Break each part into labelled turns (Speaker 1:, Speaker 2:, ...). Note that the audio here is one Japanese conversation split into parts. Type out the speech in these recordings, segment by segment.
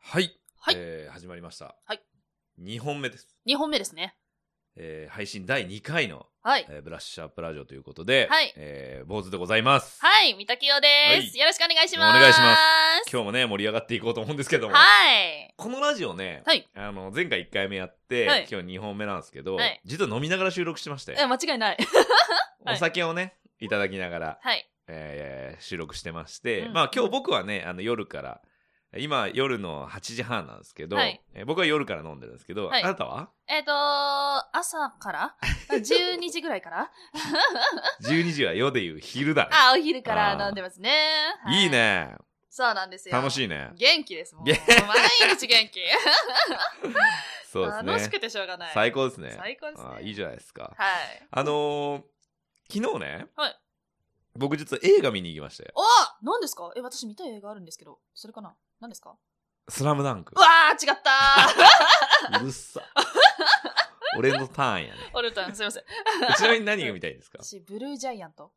Speaker 1: はい、
Speaker 2: はい
Speaker 1: えー始まりました。
Speaker 2: はい
Speaker 1: 2本目です。
Speaker 2: 2本目ですね。
Speaker 1: えー配信第2回の、
Speaker 2: はい。
Speaker 1: えーブラッシュアップラジオということで、
Speaker 2: はい
Speaker 1: えー坊主でございます。
Speaker 2: はい、三滝洋で
Speaker 1: は
Speaker 2: す、
Speaker 1: い
Speaker 2: よろしくお願いします。。
Speaker 1: お願いします今日もね、盛り上がっていこうと思うんですけども、
Speaker 2: はい。
Speaker 1: このラジオね、
Speaker 2: はい
Speaker 1: あの前回1回目やって、
Speaker 2: はい
Speaker 1: 今日2本目なんですけど、
Speaker 2: はい
Speaker 1: 実は飲みながら収録してまして、
Speaker 2: え、間違いない。はい
Speaker 1: お酒をね、いただきながら、
Speaker 2: はい。
Speaker 1: えー収録してまして、
Speaker 2: うん
Speaker 1: まあ今日僕はねあの夜から今夜の8時半なんですけど、
Speaker 2: はい
Speaker 1: えー僕は夜から飲んでるんですけど、
Speaker 2: はい
Speaker 1: あなたは
Speaker 2: えっ、と朝から ?12 時ぐらいから
Speaker 1: 12時は夜でいう昼だね、
Speaker 2: あ、お昼か
Speaker 1: あー
Speaker 2: ら飲んでますね。はい
Speaker 1: い。ね
Speaker 2: そうなんですよ。
Speaker 1: 楽
Speaker 2: い。
Speaker 1: しいね
Speaker 2: 元気ですもん。
Speaker 1: 元
Speaker 2: 毎日元気。
Speaker 1: そうですね
Speaker 2: 楽しくてしょうがない。
Speaker 1: 最高ですね
Speaker 2: 最高ですね
Speaker 1: あーいいじゃないですか
Speaker 2: はい。
Speaker 1: あのー昨日ね、
Speaker 2: はい
Speaker 1: 僕実は映画見に行きましたよ
Speaker 2: お何ですかえ、私見たい映画あるんですけど、それかな何ですか
Speaker 1: 「スラムダンク
Speaker 2: うわー、違った ー
Speaker 1: うるっさ俺のターンやね
Speaker 2: 俺とすいません。
Speaker 1: ちなみに何が見たいですか
Speaker 2: 私、ブルージャイアント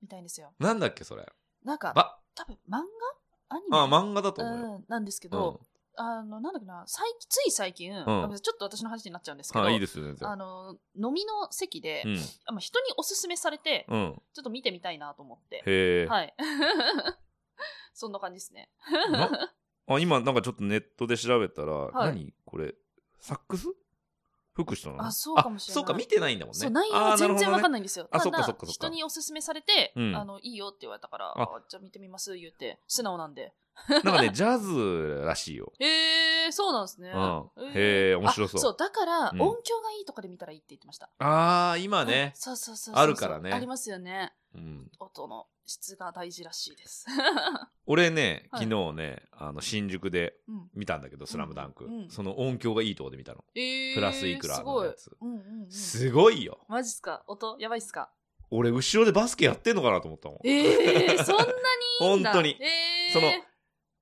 Speaker 2: 見たいんですよ。
Speaker 1: なんだっけそれ
Speaker 2: なんか、
Speaker 1: ば
Speaker 2: 多分漫画アニメ
Speaker 1: あ漫画だと思うよ、
Speaker 2: うん、なんですけ
Speaker 1: う
Speaker 2: ど、あのなんだっけな最近つい最近、あごめんなさいちょっと私の話になっちゃうんですけ
Speaker 1: ん
Speaker 2: ど
Speaker 1: はいいいですよ全然
Speaker 2: あの飲みの席で、
Speaker 1: うん
Speaker 2: あまあ人におすすめされて、
Speaker 1: うん。
Speaker 2: ちょっと見てみたいなと思って、
Speaker 1: へえ、
Speaker 2: はい そんな感じですね
Speaker 1: なあ、今なんかちょっとネットで調べたら、
Speaker 2: い
Speaker 1: 何これ、サックス服したの
Speaker 2: あそうかもしれない
Speaker 1: あそうか、見てないんだもんね。
Speaker 2: そう内容は全然わか
Speaker 1: ない。
Speaker 2: んないんですよ、
Speaker 1: あ
Speaker 2: た
Speaker 1: そっかそ
Speaker 2: だ
Speaker 1: っかそっか
Speaker 2: 人におすすめされて、
Speaker 1: うん
Speaker 2: あのいいよって言われたから
Speaker 1: あ
Speaker 2: あじゃあ見てみます言って素直なんで
Speaker 1: なるほどねなんかね、ジャズらしいよ。
Speaker 2: へえそうなんですね、
Speaker 1: うん
Speaker 2: へ
Speaker 1: へ
Speaker 2: え
Speaker 1: え面白そう
Speaker 2: あそうだから、
Speaker 1: うん
Speaker 2: 音響がいいとかで見たらいいって言ってました
Speaker 1: ああ、今ね
Speaker 2: うん。そうそうそうそう
Speaker 1: あるからね
Speaker 2: ありますよね
Speaker 1: うん、
Speaker 2: 音の質が大事らしいです。
Speaker 1: 俺ね、
Speaker 2: はい
Speaker 1: 昨日ね、あの、新宿で
Speaker 2: うん、
Speaker 1: 見たんだけど、スラムダンク。
Speaker 2: うんうん
Speaker 1: その音響がいいとこで見たの。
Speaker 2: えー
Speaker 1: プラスいくら
Speaker 2: す
Speaker 1: の
Speaker 2: ごい
Speaker 1: や。つ。
Speaker 2: うんうんうん、
Speaker 1: すごいよ。
Speaker 2: マジっすか音やばいっすか
Speaker 1: 俺、後ろでバスケやってんのかなと思ったもん。
Speaker 2: え ー、そんなにいいんだ
Speaker 1: 本当に
Speaker 2: えー、
Speaker 1: その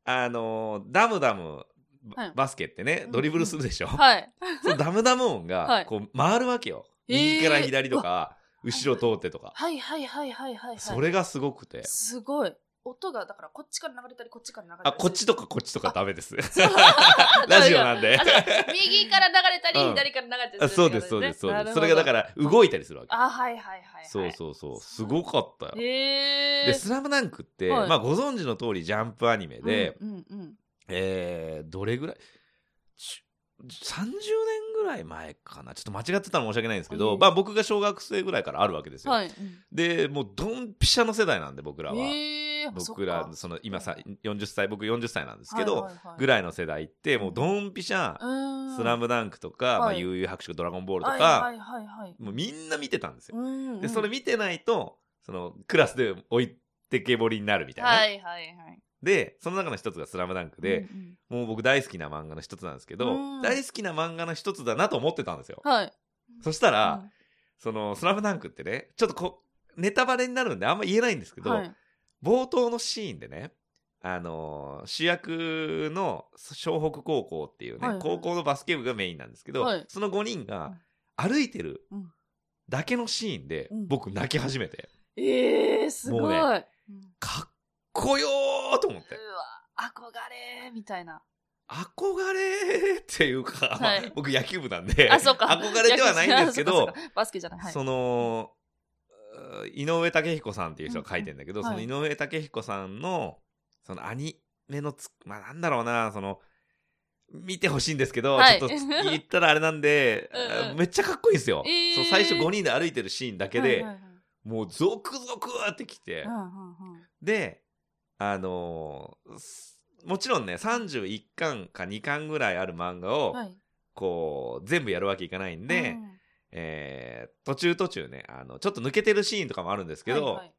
Speaker 1: あのーダムダムバ,、
Speaker 2: はい
Speaker 1: スケってね、ドリブルするでしょ、
Speaker 2: はい。
Speaker 1: そのダムダム音
Speaker 2: は
Speaker 1: が
Speaker 2: い
Speaker 1: こう回るわけよ、
Speaker 2: えー
Speaker 1: 右から左とか後ろ通ってとか、
Speaker 2: はいはいはいはいはいはい。
Speaker 1: それがすごくて
Speaker 2: すごい。音がだからこっちから流れたりこっちから流れたりす
Speaker 1: あ
Speaker 2: る。
Speaker 1: こっちとかこっちとかダメです
Speaker 2: あ
Speaker 1: ラジオなんで
Speaker 2: あそう右から流れたり、
Speaker 1: うん
Speaker 2: 左から流れたり
Speaker 1: あ
Speaker 2: す
Speaker 1: そ
Speaker 2: る
Speaker 1: う
Speaker 2: ってことね、
Speaker 1: ですそうですそうですそれがだ
Speaker 2: なるほど
Speaker 1: から動いたりするわけ、
Speaker 2: あ、はいはいはい、はい。
Speaker 1: そうそうそうすごかったよ、
Speaker 2: えー、
Speaker 1: で「スラムダンクって、
Speaker 2: はい
Speaker 1: まあご存知の通りジャンプアニメで、
Speaker 2: うんうんうん、
Speaker 1: えー、どれぐらいち30年ぐらい前かなちょっと間違ってたら申し訳ないんですけど、
Speaker 2: うん
Speaker 1: まあ、僕が小学生ぐらいからあるわけですよ、
Speaker 2: はい。うん
Speaker 1: でもうドンピシャの世代なんで僕らは、
Speaker 2: えー、
Speaker 1: 僕ら
Speaker 2: そっ
Speaker 1: そ
Speaker 2: か
Speaker 1: の今さ40歳僕40歳なんですけど、
Speaker 2: はいはいはい
Speaker 1: ぐらいの世代ってもうドンピシャ
Speaker 2: うー
Speaker 1: 「
Speaker 2: ん
Speaker 1: スラムダンクとか「まあ、
Speaker 2: はい
Speaker 1: 悠々白書ドラゴンボール」とか、
Speaker 2: はいはいはいはい
Speaker 1: もうみんな見てたんですよ、
Speaker 2: うんうん
Speaker 1: でそれ見てないとそのクラスで置いてけぼりになるみたいな、
Speaker 2: はいはいはい
Speaker 1: でその中の一つが「スラムダンクで、
Speaker 2: うんうん
Speaker 1: もう僕大好きな漫画の一つなんですけど、
Speaker 2: うん
Speaker 1: 大好きな漫画の一つだなと思ってたんですよ。
Speaker 2: はい
Speaker 1: そしたら、
Speaker 2: うん
Speaker 1: その、スラムダンクってね、ちょっとこ、ネタバレになるんであんま言えないんですけど、
Speaker 2: はい
Speaker 1: 冒頭のシーンでね、あのー主役の湘北高校っていうね、
Speaker 2: はいはい
Speaker 1: 高校のバスケ部がメインなんですけど、
Speaker 2: はい
Speaker 1: その5人が歩いてる
Speaker 2: うん
Speaker 1: だけのシーンで、
Speaker 2: うん
Speaker 1: 僕泣き始めて、
Speaker 2: えー、すごい
Speaker 1: もうね
Speaker 2: うんうわ
Speaker 1: かっこよーと思って。
Speaker 2: 憧れみたいな
Speaker 1: 憧れーっていうか、まあ
Speaker 2: はい
Speaker 1: 僕野球部なんで、
Speaker 2: あそうか
Speaker 1: 憧れではないんですけ
Speaker 2: そ
Speaker 1: ど
Speaker 2: うか、そうかバスケじゃないはい
Speaker 1: その、うー井上武彦さんっていう人が書いてんだけど、
Speaker 2: うんうんはい
Speaker 1: その井上武彦さんの、そのアニメのつ、まあなんだろうな、その、見てほしいんですけど、
Speaker 2: はい、
Speaker 1: ちょっと言ったらあれなんで
Speaker 2: うんうん
Speaker 1: あめっちゃかっこいいんですよ。
Speaker 2: えー
Speaker 1: その最初5人で歩いてるシーンだけで、
Speaker 2: はいはいはい
Speaker 1: もうゾクゾクってきて、
Speaker 2: うんうんうん
Speaker 1: で、あのーすもちろんね、31巻か2巻ぐらいある漫画を、
Speaker 2: はい
Speaker 1: こう、全部やるわけいかないんで、
Speaker 2: うん
Speaker 1: えー途中途中ねあのちょっと抜けてるシーンとかもあるんですけど、
Speaker 2: はいはい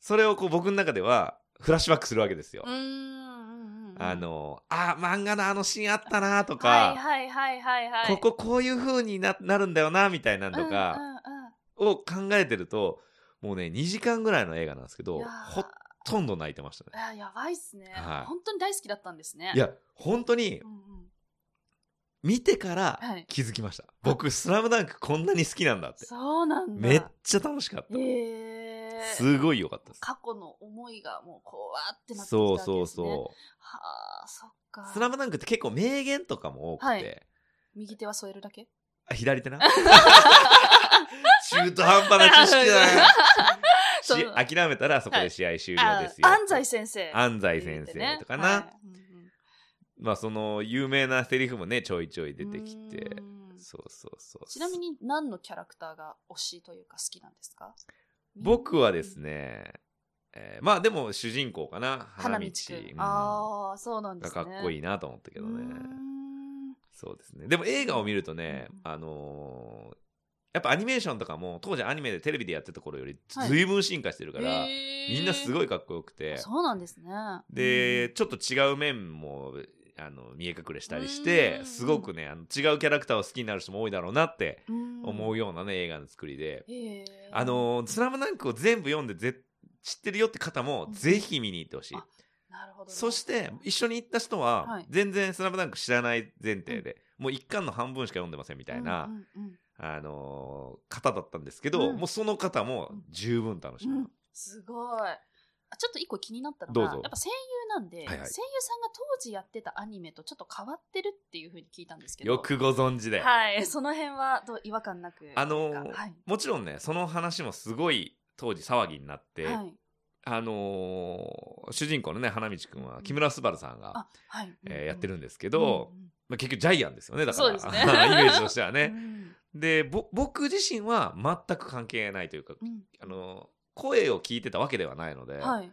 Speaker 1: それをこう僕の中ではフラッシュバックするわけですよ。
Speaker 2: うーんうんうんうん
Speaker 1: あのあ漫画のあのシーンあったなとか、
Speaker 2: はいはいはいはいはい
Speaker 1: こここういう風にななるんだよなみたいなんと
Speaker 2: うん
Speaker 1: か
Speaker 2: うんうん
Speaker 1: を考えてると、もうね2時間ぐらいの映画なんですけど
Speaker 2: いやー
Speaker 1: ほとんど泣いてましたね。
Speaker 2: あやばいっすね
Speaker 1: はい
Speaker 2: 本当に大好きだったんですね
Speaker 1: いや本当に
Speaker 2: うんうん
Speaker 1: 見てから
Speaker 2: はい
Speaker 1: 気づきました。僕「スラムダンクこんなに好きなんだって
Speaker 2: そうなんだ
Speaker 1: めっちゃ楽しかった。
Speaker 2: えー
Speaker 1: すごい良かったです。
Speaker 2: 過去の思いがもうこうわーってなってきたわけ
Speaker 1: そ
Speaker 2: で
Speaker 1: う
Speaker 2: す、
Speaker 1: そ
Speaker 2: ね、
Speaker 1: うそう。
Speaker 2: はあそっか
Speaker 1: スラムダンクって結構名言とかも多くて、
Speaker 2: はい右手は添えるだけ
Speaker 1: あ左 手な中途半端な知識だなし
Speaker 2: そう
Speaker 1: 諦めたらそこで試合終了ですよ、
Speaker 2: あ安西先生
Speaker 1: 安西先生とかな、
Speaker 2: はいうんうん
Speaker 1: まあその有名なセリフもねちょいちょい出てきて
Speaker 2: うーん
Speaker 1: そうそうそう
Speaker 2: ちなみに何のキャラクターが推しというか好きなんですか
Speaker 1: 僕はですね、えーまあでも主人公かな
Speaker 2: 花
Speaker 1: 花
Speaker 2: 道
Speaker 1: 道
Speaker 2: くん
Speaker 1: うん
Speaker 2: ああそうなんで
Speaker 1: が
Speaker 2: すね
Speaker 1: かっこい
Speaker 2: い
Speaker 1: いなと思ったけどね
Speaker 2: ね
Speaker 1: そうですねでも映画を見るとね
Speaker 2: うん
Speaker 1: あのーやっぱアニメーションとかも当時アニメでテレビでやってた頃より
Speaker 2: はい
Speaker 1: 随分進化してるから、みんなす
Speaker 2: い
Speaker 1: ごいかっこよくて
Speaker 2: そうなんですね
Speaker 1: で、ちょっと違う面もあの見え隠れしたりし
Speaker 2: う
Speaker 1: て
Speaker 2: ん
Speaker 1: すごくねあの違うキャラクターを好きになる人も多いだろうなって思
Speaker 2: 思
Speaker 1: うようなね、映画の作りで、
Speaker 2: え
Speaker 1: あのースラムダンクを全部読んでぜ知ってるよって方も
Speaker 2: うん
Speaker 1: ぜひ見に行ってほしい、
Speaker 2: あなるほどね
Speaker 1: そして一緒に行った人は、
Speaker 2: はい
Speaker 1: 全然スラムダンク知らない前提で、もう一巻の半分しか読んでませんみたいな、
Speaker 2: うんうんうん
Speaker 1: あのー方だったんですけど、
Speaker 2: うん
Speaker 1: もうその方も十分楽しめる、
Speaker 2: うんすごいあちょっと一個気になったの
Speaker 1: ど
Speaker 2: が
Speaker 1: うぞ
Speaker 2: やっぱ声優なんで、
Speaker 1: はいはい
Speaker 2: 声優さんが当時やってたアニメとちょっと変わってるっていうふうに聞いたんですけど
Speaker 1: よくご存知で、
Speaker 2: はい その辺はどう違和感なく
Speaker 1: あのー
Speaker 2: はい
Speaker 1: もちろんねその話もすごい当時騒ぎになって、
Speaker 2: はい
Speaker 1: あのー主人公のね花道くんは木村昴さんが、
Speaker 2: あはい
Speaker 1: えーやってるんですけ
Speaker 2: け
Speaker 1: ど、まあ、結局ジャイアンですよねだから
Speaker 2: そうですね
Speaker 1: イメージとしてはね。でぼ僕自身は全く関係ないというか、あの声を聞いてたわけではないので、
Speaker 2: はい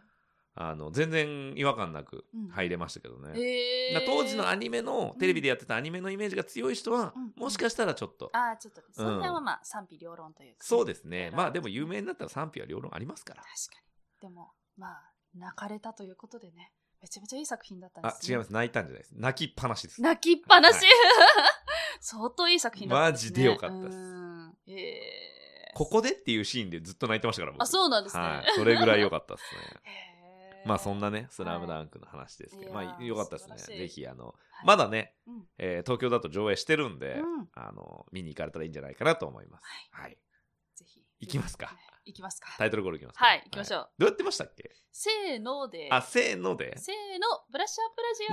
Speaker 1: あの全然違和感なく
Speaker 2: うん
Speaker 1: 入れましたけどね、
Speaker 2: え
Speaker 1: だから当時のア
Speaker 2: ニ
Speaker 1: ニメのテレビでやってたアニメのイメージが強い人は、
Speaker 2: うん
Speaker 1: もしかしたらちょっと、
Speaker 2: あーちょっとねその辺はまあ賛否両論というか
Speaker 1: そうですねまあで
Speaker 2: も
Speaker 1: も有名になったら賛否は両論ありますから
Speaker 2: 確。かにでもまあ泣かれたということでねめちゃめちゃいい作品だったんで
Speaker 1: あ
Speaker 2: す
Speaker 1: 違いますす泣いたんじゃないです泣きっぱなしです
Speaker 2: 泣きっぱなし、
Speaker 1: はい
Speaker 2: 相当いい作品だったん
Speaker 1: マジでよかったです
Speaker 2: うんええ
Speaker 1: ここでっていうシーンでずっと泣いてましたから僕
Speaker 2: あそうなんですね、
Speaker 1: はい、それぐらい良かったですね。
Speaker 2: へー
Speaker 1: まあそんなね「スラムダンクの話ですけど、
Speaker 2: はい
Speaker 1: まあ
Speaker 2: いやー
Speaker 1: 良かったですね
Speaker 2: 素晴らしい
Speaker 1: ぜひあの
Speaker 2: はい
Speaker 1: まだね、
Speaker 2: うん
Speaker 1: えー東京だと上映してるんで、
Speaker 2: うん
Speaker 1: あの見に行かれたらいいんじゃないかなと思います、はい
Speaker 2: ぜひ
Speaker 1: 行きますか
Speaker 2: はい行きますか
Speaker 1: タイトルコールいきますか
Speaker 2: はい行きましょう、
Speaker 1: どうやってましたっけ
Speaker 2: せーので
Speaker 1: あせーので
Speaker 2: せーのブラッシ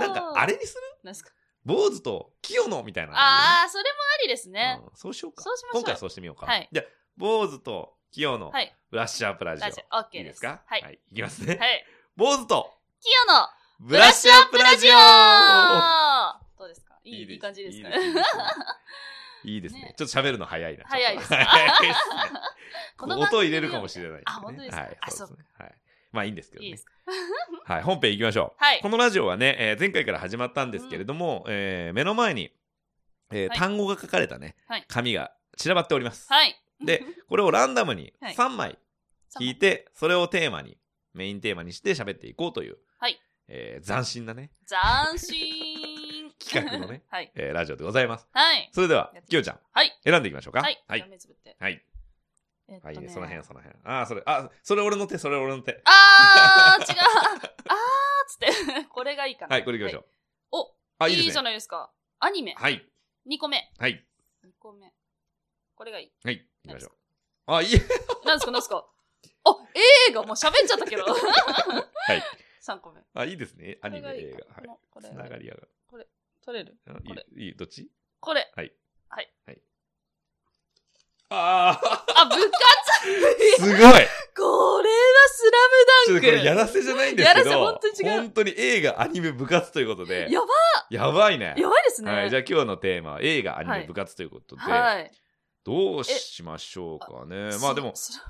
Speaker 2: ュア
Speaker 1: な
Speaker 2: ッ
Speaker 1: ん
Speaker 2: プラジオ
Speaker 1: かあれにする
Speaker 2: なんですか
Speaker 1: 坊主と清野みたいなの
Speaker 2: ああそれもありですね、
Speaker 1: うんそうしようか
Speaker 2: そうしましょう
Speaker 1: 今回そうしてみようか、
Speaker 2: はい
Speaker 1: じゃあ坊主と清野、
Speaker 2: はい
Speaker 1: ブラッシュアップラジオ
Speaker 2: ラジオ OK
Speaker 1: いい
Speaker 2: で
Speaker 1: ですすか
Speaker 2: はい、
Speaker 1: い、いきますね、
Speaker 2: はい
Speaker 1: 坊主と
Speaker 2: キヨの
Speaker 1: ブラッシュアップラジオ
Speaker 2: オどうですかい
Speaker 1: で
Speaker 2: い
Speaker 1: す
Speaker 2: いい感じですか
Speaker 1: いいです
Speaker 2: ね
Speaker 1: ね。いいです
Speaker 2: ね
Speaker 1: ね。ちょっと喋るの早いな。
Speaker 2: 早いですか
Speaker 1: 早いですね
Speaker 2: こ
Speaker 1: こ
Speaker 2: の
Speaker 1: の
Speaker 2: 番組
Speaker 1: 音入れるかもしれない、ね。
Speaker 2: あ本当ですか
Speaker 1: はい
Speaker 2: あ、
Speaker 1: そうですね。はい。まあいいんですけど
Speaker 2: いい
Speaker 1: ね
Speaker 2: です。か
Speaker 1: はい。本編行きましょう。
Speaker 2: はい
Speaker 1: このラジオはね、えー前回から始まったんですけれども、えー目の前に、えー
Speaker 2: はい
Speaker 1: 単語が書かれたね、
Speaker 2: はい
Speaker 1: 紙が散らばっております。
Speaker 2: はい。
Speaker 1: で、これをランダムに
Speaker 2: はい
Speaker 1: 3枚引いて、それをテーマに、メインテーマにして喋っていこうという、
Speaker 2: はい
Speaker 1: えー斬新なね、
Speaker 2: 斬新
Speaker 1: 企画のね。
Speaker 2: はい。
Speaker 1: えーラジオでございます。
Speaker 2: はい。
Speaker 1: それでは
Speaker 2: やってみましょう、
Speaker 1: きよちゃん、
Speaker 2: はい。
Speaker 1: 選んでいきましょうか。
Speaker 2: はい。
Speaker 1: はい。
Speaker 2: 目つぶって。
Speaker 1: はい
Speaker 2: えっと
Speaker 1: はい、
Speaker 2: ね
Speaker 1: その辺、その辺。ああ、それ、あ、それ俺の手、それ俺の手。
Speaker 2: あ ー、違う。あー、つって。 これがいいかな。
Speaker 1: はい、これ行きましょう。
Speaker 2: お、
Speaker 1: あ、いい
Speaker 2: い
Speaker 1: で
Speaker 2: いじ
Speaker 1: す
Speaker 2: ゃ
Speaker 1: ね。
Speaker 2: ないですか。アニメ。
Speaker 1: はい、
Speaker 2: 2個目。
Speaker 1: はい、
Speaker 2: 2個目。これがいい。
Speaker 1: はい、行きましょう。あ、いい。
Speaker 2: なんですか、なんですか。あ、映画もう喋っちゃったけ ど。
Speaker 1: はい。
Speaker 2: 3個目。
Speaker 1: あ、いいですね。ア
Speaker 2: ア
Speaker 1: ニメ、映画。はい。
Speaker 2: これ
Speaker 1: つながりやが
Speaker 2: 取れる
Speaker 1: あ
Speaker 2: これ
Speaker 1: いい、いい、どっち
Speaker 2: これ。
Speaker 1: ああ、
Speaker 2: あ、部 活
Speaker 1: すごいちょっ
Speaker 2: これはス
Speaker 1: と
Speaker 2: ラムダン
Speaker 1: こ
Speaker 2: ク
Speaker 1: れやらせじゃないんですけど、
Speaker 2: やらせ本当に違う
Speaker 1: 本当に映画、アニメ、部活ということで、
Speaker 2: やば
Speaker 1: やばいね。
Speaker 2: やばいですね。
Speaker 1: はい、じゃあ今日のテーマは映画、アニ
Speaker 2: は
Speaker 1: メ、
Speaker 2: い
Speaker 1: 部活ということで、
Speaker 2: はい。
Speaker 1: どうしましょうかね。まあでも、
Speaker 2: ス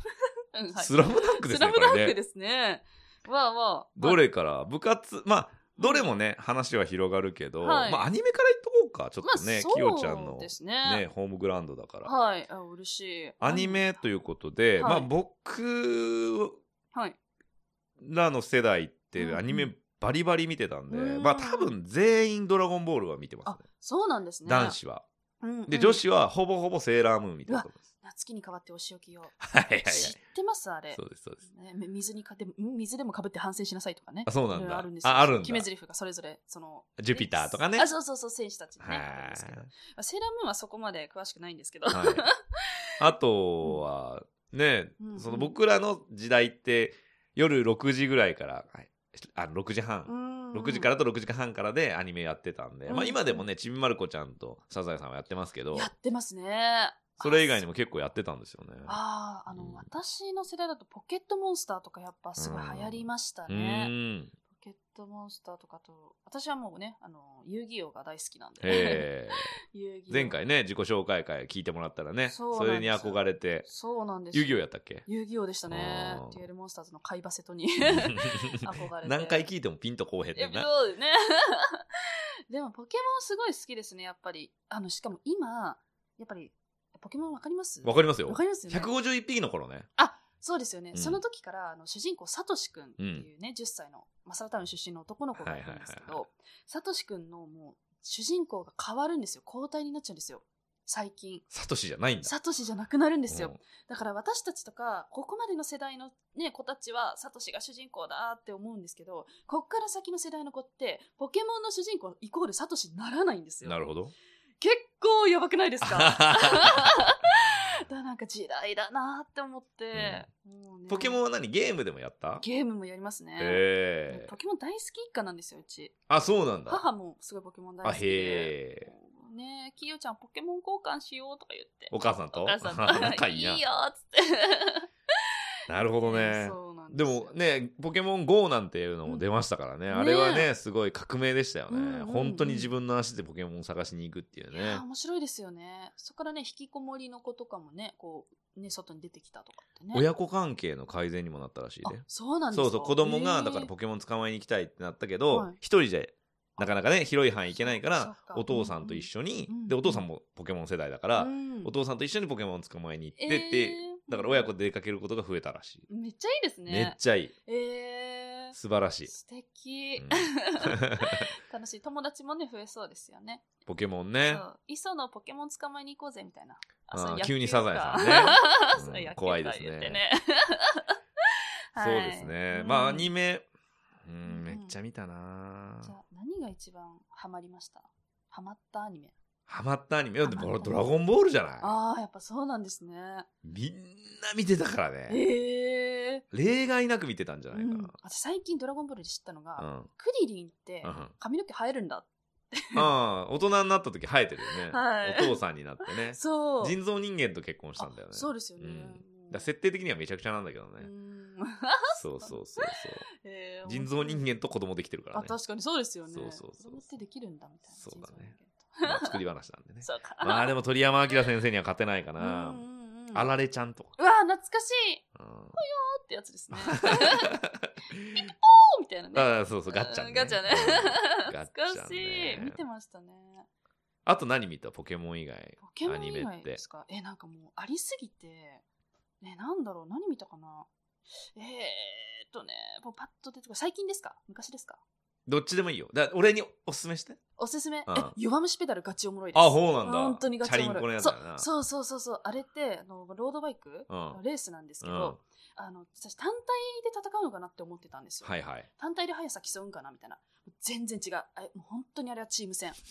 Speaker 2: ラムダンク。うんはい
Speaker 1: スラムダンクです
Speaker 2: ス
Speaker 1: ね、
Speaker 2: ラム
Speaker 1: こ
Speaker 2: ダン
Speaker 1: れ
Speaker 2: ク
Speaker 1: ね。
Speaker 2: ですね。わあわあ。
Speaker 1: どれから部活まあどれもね話は広がるけど、
Speaker 2: はい
Speaker 1: まあアニメからいっとこうかちょ
Speaker 2: まあ、
Speaker 1: っとね、きよちゃん
Speaker 2: そ
Speaker 1: の
Speaker 2: うです
Speaker 1: ね
Speaker 2: ね。
Speaker 1: ホームグラウンドだから
Speaker 2: はい。あ、嬉しい。
Speaker 1: アニメということで、
Speaker 2: はい
Speaker 1: まあ僕
Speaker 2: はい。
Speaker 1: らの世代って
Speaker 2: うん
Speaker 1: アニメバリバリ見てたんで、
Speaker 2: うん
Speaker 1: まあ多分全員ドラゴンボールは見てますね
Speaker 2: そうなんですね。
Speaker 1: 男。子は。
Speaker 2: うんうん
Speaker 1: で女。子はほぼほぼセーラームーンみたいなと思います。
Speaker 2: 夏希に代わってお仕置きを。
Speaker 1: はいはいは
Speaker 2: 知ってますあ
Speaker 1: い。
Speaker 2: れ
Speaker 1: そ。うですそうです。
Speaker 2: ね水にかでもん水でもかぶって反省しなさいとかね
Speaker 1: あ。そうなん
Speaker 2: いろいろ
Speaker 1: だ。
Speaker 2: あるんですよ
Speaker 1: ああるんだ
Speaker 2: 決。め台詞がそれぞれ、その、
Speaker 1: ジュピターとかね。
Speaker 2: あ、そうそうそう、選手たちに
Speaker 1: は
Speaker 2: ね、
Speaker 1: い
Speaker 2: あるんですけど。まあセーラームーンはそこまで詳しくないんですけど。
Speaker 1: はい、あとはね、
Speaker 2: うん
Speaker 1: その僕らの時代って夜6時ぐらいから、はいあの6時半6時からと6時間半からでアニメやってたんで、
Speaker 2: うん
Speaker 1: まあ、今でもねちびまる子ちゃんとサザエさんはやってますけど
Speaker 2: やってますね。
Speaker 1: それ以外にも結構やってたんですよね。
Speaker 2: ああ、あ
Speaker 1: うん
Speaker 2: の、私の世代だとポケットモンスターとかやっぱすごい流行りました
Speaker 1: う
Speaker 2: ね。
Speaker 1: ーん
Speaker 2: ポケットモンスターとかと、私はもうね、あの、遊戯王が大好きなんで。
Speaker 1: へー
Speaker 2: 遊 戯王
Speaker 1: 前回ね自己紹介会聞いてもらったらね
Speaker 2: そう
Speaker 1: そ
Speaker 2: なんです
Speaker 1: れに憧れて
Speaker 2: そうなんです。
Speaker 1: 遊戯王やったっ け
Speaker 2: 遊戯王でしたね
Speaker 1: あー。
Speaker 2: デュエルモンスターズの貝バセトに 憧れて。
Speaker 1: 何回聞いてもピンとこうへん
Speaker 2: い
Speaker 1: ね
Speaker 2: や
Speaker 1: んな。
Speaker 2: そうですね。 でもポケモンすごい好きですね、やっぱり。あの、しかも今、やっぱり、ポケモンわかります
Speaker 1: わかります
Speaker 2: わ
Speaker 1: よ
Speaker 2: か。りますよね。
Speaker 1: 151匹の頃ね。
Speaker 2: そうですよね、
Speaker 1: うん
Speaker 2: その時からあの主人公サトシくんっていうね、10歳のマサラタウン出身の男の子がいるんですけ
Speaker 1: はいはいはい
Speaker 2: どサトシくんのもう主人公が変わるんですよ交代になっちゃうんですよ最近
Speaker 1: サトシじゃないんだ。
Speaker 2: サトシじゃなくなるん
Speaker 1: で
Speaker 2: ですよ、。だから私たちとかここまでの世代の、ね、子たちはサトシが主人公だって思うんですけどこっから先の世代の子ってポケモンの主人公イコールサトシにならないんですよ
Speaker 1: なるほど。
Speaker 2: 結構やばくないですか だからなんか時代だなって思って、もう ね
Speaker 1: ポケモンは何ゲームでもやった
Speaker 2: ゲームもやりますね、
Speaker 1: へえ
Speaker 2: ポケモン大好き一家なんですよ、うち。
Speaker 1: あ、そうなんだ。
Speaker 2: 母もすごいポケモン大
Speaker 1: あ、
Speaker 2: 好きで。
Speaker 1: へえ。
Speaker 2: もうねえ、きよちゃんポケモン交換しようとか言って。
Speaker 1: お母さんと
Speaker 2: お母さん
Speaker 1: 仲
Speaker 2: と。
Speaker 1: い
Speaker 2: い
Speaker 1: い
Speaker 2: い
Speaker 1: な
Speaker 2: よっつって。
Speaker 1: なるほどね。
Speaker 2: そうなん
Speaker 1: です
Speaker 2: よ
Speaker 1: も、ね、ポケモン GO なんていうのも出ましたからね。あれはね、すごい革命でしたよね。
Speaker 2: うんうんうん
Speaker 1: 本当に自分の足でポケモン探しに行くっていう
Speaker 2: いや
Speaker 1: ね
Speaker 2: ー。面白いですよね。そこからね、引きこもりの子とかもね、こう、ね、外に出てきたとかってね。
Speaker 1: 親子関係の改善にもなったらしい
Speaker 2: あ
Speaker 1: ね。
Speaker 2: そうなんです
Speaker 1: そ
Speaker 2: か
Speaker 1: うそう、子供が、だから
Speaker 2: へー
Speaker 1: ポケモン捕まえに行きたいってなったけど
Speaker 2: はい、
Speaker 1: 一人じゃ、なかなかね、広い範囲行けないか
Speaker 2: そ
Speaker 1: ら
Speaker 2: っ、か
Speaker 1: お父さんと一緒に
Speaker 2: うんう、ん
Speaker 1: で、お父さんもポケモン世代だから
Speaker 2: う、ん
Speaker 1: お父さんと一緒にポケモン捕まえに行ってっ
Speaker 2: え
Speaker 1: て、
Speaker 2: ー
Speaker 1: だから親子で出かけることが増えたらしい。
Speaker 2: めっちゃいいです
Speaker 1: めっ
Speaker 2: ね。
Speaker 1: ちゃいい。
Speaker 2: えー
Speaker 1: 素晴らしい。
Speaker 2: 素敵。
Speaker 1: うん
Speaker 2: 楽しい。友達もね、増えそうですよね。
Speaker 1: ポケモンね
Speaker 2: そ。う磯のポケモン捕まえに行こうぜみたいな。あ
Speaker 1: あー
Speaker 2: そう野球
Speaker 1: 急にサザエさんね
Speaker 2: か
Speaker 1: うん
Speaker 2: そう野球か
Speaker 1: 怖いですね
Speaker 2: 言ってね
Speaker 1: そう
Speaker 2: はい
Speaker 1: ですね。まあ、ア
Speaker 2: うん
Speaker 1: ニメ、うん、
Speaker 2: うん
Speaker 1: めっちゃ見たな
Speaker 2: じゃあ何が一番ハマりましたハマったアニメ。
Speaker 1: ハマったアニメ。いやでも
Speaker 2: ハマった
Speaker 1: ドラゴンボールじゃない
Speaker 2: ああ、やっぱそうなんですね。
Speaker 1: みんな見てたからね。
Speaker 2: ええ
Speaker 1: 例外なく見てたんじゃ
Speaker 2: ー
Speaker 1: な
Speaker 2: う
Speaker 1: いか
Speaker 2: ん。私最近ドラゴンボールで知ったのが、
Speaker 1: な。うん。
Speaker 2: クリリンって
Speaker 1: うん
Speaker 2: 髪の毛生えるんだ。
Speaker 1: ああ、大人になった時生えてるよね。
Speaker 2: はい
Speaker 1: お父さんになってね。
Speaker 2: そう。
Speaker 1: 人造人間と結婚したんだよね。
Speaker 2: あそうですよね。
Speaker 1: うん
Speaker 2: もう
Speaker 1: だから設定的にはめちゃくちゃなんだけど
Speaker 2: う
Speaker 1: ね。
Speaker 2: ん
Speaker 1: そうそうそうそ
Speaker 2: えー
Speaker 1: う。人造人間と子供できてるから
Speaker 2: あ、
Speaker 1: ね。
Speaker 2: 確かにそうですよね。
Speaker 1: そうそうそう
Speaker 2: 子供ってできるんだみたいな。
Speaker 1: そうだね
Speaker 2: 人造人間
Speaker 1: ま
Speaker 2: と。。
Speaker 1: あ作り話なんでね
Speaker 2: そうか。
Speaker 1: まあでも鳥山明先生には勝てないかな
Speaker 2: う。んうんうん、
Speaker 1: あられちゃんとか。
Speaker 2: うわ懐かしい
Speaker 1: うん
Speaker 2: ってやつ ですね。 おーみたいなね。
Speaker 1: ああそうそう、ガッチャン、
Speaker 2: う
Speaker 1: ね。
Speaker 2: んガッチャね
Speaker 1: うん。ガッチャンね
Speaker 2: 懐かしい。見てましたね。
Speaker 1: あと何見たポケモン以外。
Speaker 2: ポケモ
Speaker 1: ア
Speaker 2: ン
Speaker 1: ニメ
Speaker 2: 以外
Speaker 1: って
Speaker 2: ですかえ、なんかもうありすぎて、ね、なんだろう、何見たかなえーっとね、もうパッと出てこない最近ですか昔ですか
Speaker 1: どっちでもいいよ。だ俺におすすめして。
Speaker 2: おすすめ、
Speaker 1: うん
Speaker 2: え、弱虫ペダルガチおもろいです。
Speaker 1: あ、そうなんだ。
Speaker 2: 本当にガチ
Speaker 1: チャ
Speaker 2: お
Speaker 1: リン
Speaker 2: も
Speaker 1: コの
Speaker 2: ろ
Speaker 1: や
Speaker 2: い。
Speaker 1: つ
Speaker 2: そ
Speaker 1: だ
Speaker 2: う
Speaker 1: よな。
Speaker 2: そうそうそうそう、あれってあの、ロードバイク、
Speaker 1: うん
Speaker 2: レースなんですけ
Speaker 1: うんは
Speaker 2: ど、あの私単体で戦うのかなって思ってたんですよ。
Speaker 1: いはい。
Speaker 2: 単体で速さ競うんかなみたいな全然違うあれもう本当にあれはチーム戦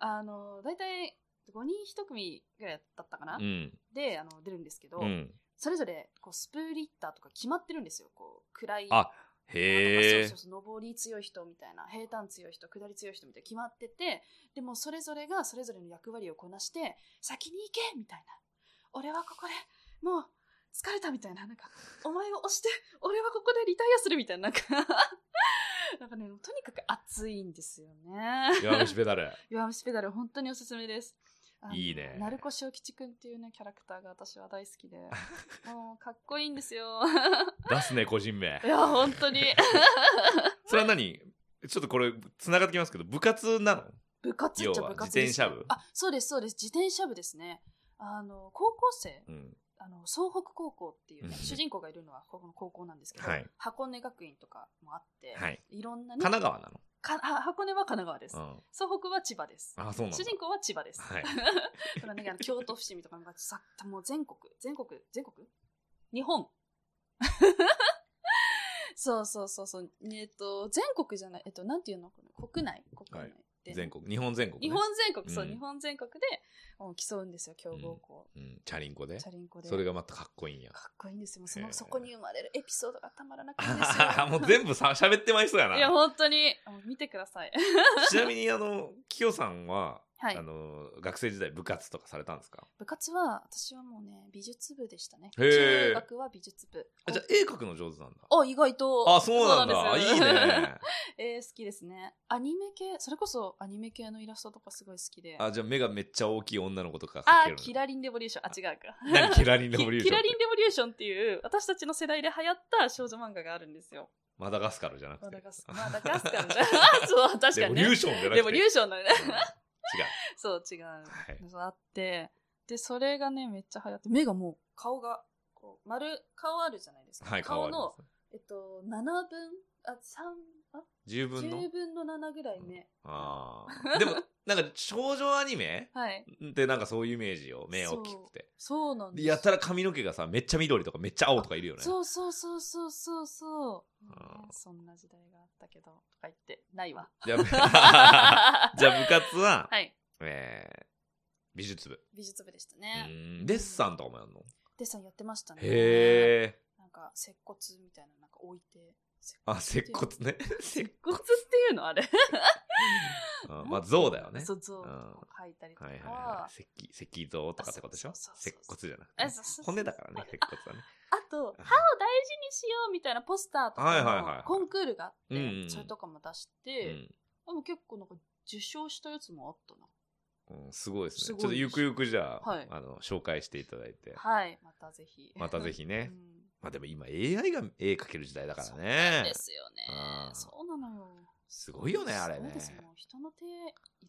Speaker 2: あの大体5人1組ぐらいだったかな、
Speaker 1: うん。
Speaker 2: であの出るんですけど、
Speaker 1: うん。
Speaker 2: それぞれこうスプリッターとか決まってるんですよこう暗い
Speaker 1: あへ
Speaker 2: なん
Speaker 1: え
Speaker 2: とか。そうそうそう上り強い人みたいな平坦強い人下り強い人みたいな決まっててでもそれぞれがそれぞれの役割をこなして先に行けみたいな俺はここでもう疲れたみたいななんかお前を押して 俺はここでリタイアするみたいななんか なんかねとにかく熱いんですよね
Speaker 1: 弱虫ペダル。
Speaker 2: 弱虫ペダル本当におすすめですあの
Speaker 1: いいね
Speaker 2: 鳴子正吉くんっていうねキャラクターが私は大好 きでもうかっこいいんですよ
Speaker 1: 出すね、個人名
Speaker 2: い。や本 当に
Speaker 1: それは何ちょっとこれ、つながってきますけど、部活なの
Speaker 2: 部活っ
Speaker 1: 要
Speaker 2: ちゃ
Speaker 1: は
Speaker 2: 部
Speaker 1: 自
Speaker 2: 活で
Speaker 1: 転
Speaker 2: す
Speaker 1: 車部。
Speaker 2: あそうですそうです自転車部ですねあの高校生
Speaker 1: うん。
Speaker 2: あの総北高校っていうね、
Speaker 1: うん
Speaker 2: 主人公がいるのはここの高校なんですけど、
Speaker 1: はい
Speaker 2: 箱根学院とかもあって、
Speaker 1: はい、
Speaker 2: ろんなね
Speaker 1: 神奈川なの。
Speaker 2: かあ箱根は神奈川です、
Speaker 1: うん。
Speaker 2: 総北は千葉です
Speaker 1: あ、そうなの
Speaker 2: 主。人公は千葉です、
Speaker 1: はい
Speaker 2: だからねあの京都伏見とかがさもう全国全国全国日本 そうそうそうそうえっと全国じゃないえっとなんていうのこれ国内国内って
Speaker 1: 全国日本全国、ね、
Speaker 2: 日本全国、そうう、
Speaker 1: ん
Speaker 2: 日本全国でうん競うんですよ、強豪校。
Speaker 1: うん、チャリンコで
Speaker 2: チャリンコで。
Speaker 1: それがまたかっこいいんや
Speaker 2: かっこいいんですよ。もうその、
Speaker 1: へー
Speaker 2: そこに生まれるエピソードがたまらなくていいんです
Speaker 1: あ
Speaker 2: よ。
Speaker 1: もう全部さ喋ってまいそう やない
Speaker 2: や、本当に。あ見てください。
Speaker 1: ちなみにあのきよさんは、
Speaker 2: はい
Speaker 1: あ。の学生時代部活とかされたんですか
Speaker 2: 部活は、私はもうね、美術部でしたね。
Speaker 1: へー
Speaker 2: 中学は美術部。
Speaker 1: あじゃあ絵描くの上手なんだ
Speaker 2: お、意外と。
Speaker 1: あそうなん
Speaker 2: そ
Speaker 1: だ
Speaker 2: うなんです
Speaker 1: いい ね
Speaker 2: えー好きですね。アニメ系、それこそアニメ系のイラストとかすごい好きで。あ
Speaker 1: あじゃあ目がめっちゃ大きい女の子とか描
Speaker 2: あ
Speaker 1: け
Speaker 2: ー、
Speaker 1: る
Speaker 2: キラリンレボリューション。あ、違うか。
Speaker 1: の何キラリンレボリュ
Speaker 2: キ
Speaker 1: ーシ
Speaker 2: キ
Speaker 1: ョン
Speaker 2: ラ
Speaker 1: って
Speaker 2: リンレボリューションっていう私たちの世代で流行った少女漫画があるんですよ。
Speaker 1: マダガスカルじゃなく
Speaker 2: マ
Speaker 1: て
Speaker 2: ダガ スマダガスカルじゃん。そう、確か
Speaker 1: レボ
Speaker 2: にね。
Speaker 1: リューションじゃなくて
Speaker 2: レボリューションだね。
Speaker 1: うん違う
Speaker 2: そう、違う。
Speaker 1: はい
Speaker 2: そうあって、で、それがね、めっちゃ流行って、目がもう顔が、こう、丸、顔あるじゃないですか。
Speaker 1: はい変わ
Speaker 2: 顔
Speaker 1: りま
Speaker 2: の
Speaker 1: す、ね
Speaker 2: えっと、7分、あ、3、あ、
Speaker 1: 十分の
Speaker 2: 10分の7ぐらいね。
Speaker 1: ああでもなんか少女アニメ
Speaker 2: はい。
Speaker 1: ってなんかそういうイメージよ目大きくて
Speaker 2: そうなん
Speaker 1: で
Speaker 2: で。
Speaker 1: すやたら髪の毛がさめっちゃ緑とかめっちゃ青とかいるよね
Speaker 2: そうそうそうそうそうそう、ね
Speaker 1: あー
Speaker 2: そんな時代があったけど、とか言って、ないわ。
Speaker 1: じゃあじゃあ部 活は、
Speaker 2: はい。
Speaker 1: えー美術部
Speaker 2: 美術部でした
Speaker 1: う
Speaker 2: ね。
Speaker 1: ーんデッサンとかもやるの
Speaker 2: デッサンやってましたね。
Speaker 1: へえ
Speaker 2: なんか、接骨みたいな、なんか置いて。
Speaker 1: あ接骨ね
Speaker 2: 接骨っていうのあれ。
Speaker 1: うん まあ像だよね
Speaker 2: そう、像
Speaker 1: う
Speaker 2: と
Speaker 1: ん
Speaker 2: か書いたりとか。
Speaker 1: はいはいはい石石像とかってことでしょ
Speaker 2: あそうそう
Speaker 1: 接
Speaker 2: そう
Speaker 1: 骨じゃなくて
Speaker 2: あ
Speaker 1: ね
Speaker 2: そうそうそう
Speaker 1: 骨だからね接骨はね
Speaker 2: あと、歯を大事にしようみたいなポスターと
Speaker 1: はいはいはいは
Speaker 2: か
Speaker 1: い
Speaker 2: のコンクールがあって、
Speaker 1: うんうん
Speaker 2: それとかも出し
Speaker 1: う
Speaker 2: て、
Speaker 1: ん
Speaker 2: でも結構なんか受賞したやつもあったな。
Speaker 1: うんすごいですね
Speaker 2: すごい
Speaker 1: ちょっとゆくゆくじゃ
Speaker 2: はい
Speaker 1: ああの紹介していただいて
Speaker 2: はい、またぜひ。
Speaker 1: またぜひね
Speaker 2: うん
Speaker 1: まあでも今 AI が絵描ける時代だから
Speaker 2: そうなん
Speaker 1: ね
Speaker 2: ですよね
Speaker 1: う。ん
Speaker 2: そうなのよ。
Speaker 1: すごいよねあれ
Speaker 2: そう
Speaker 1: ね
Speaker 2: ですよ。もう人の手い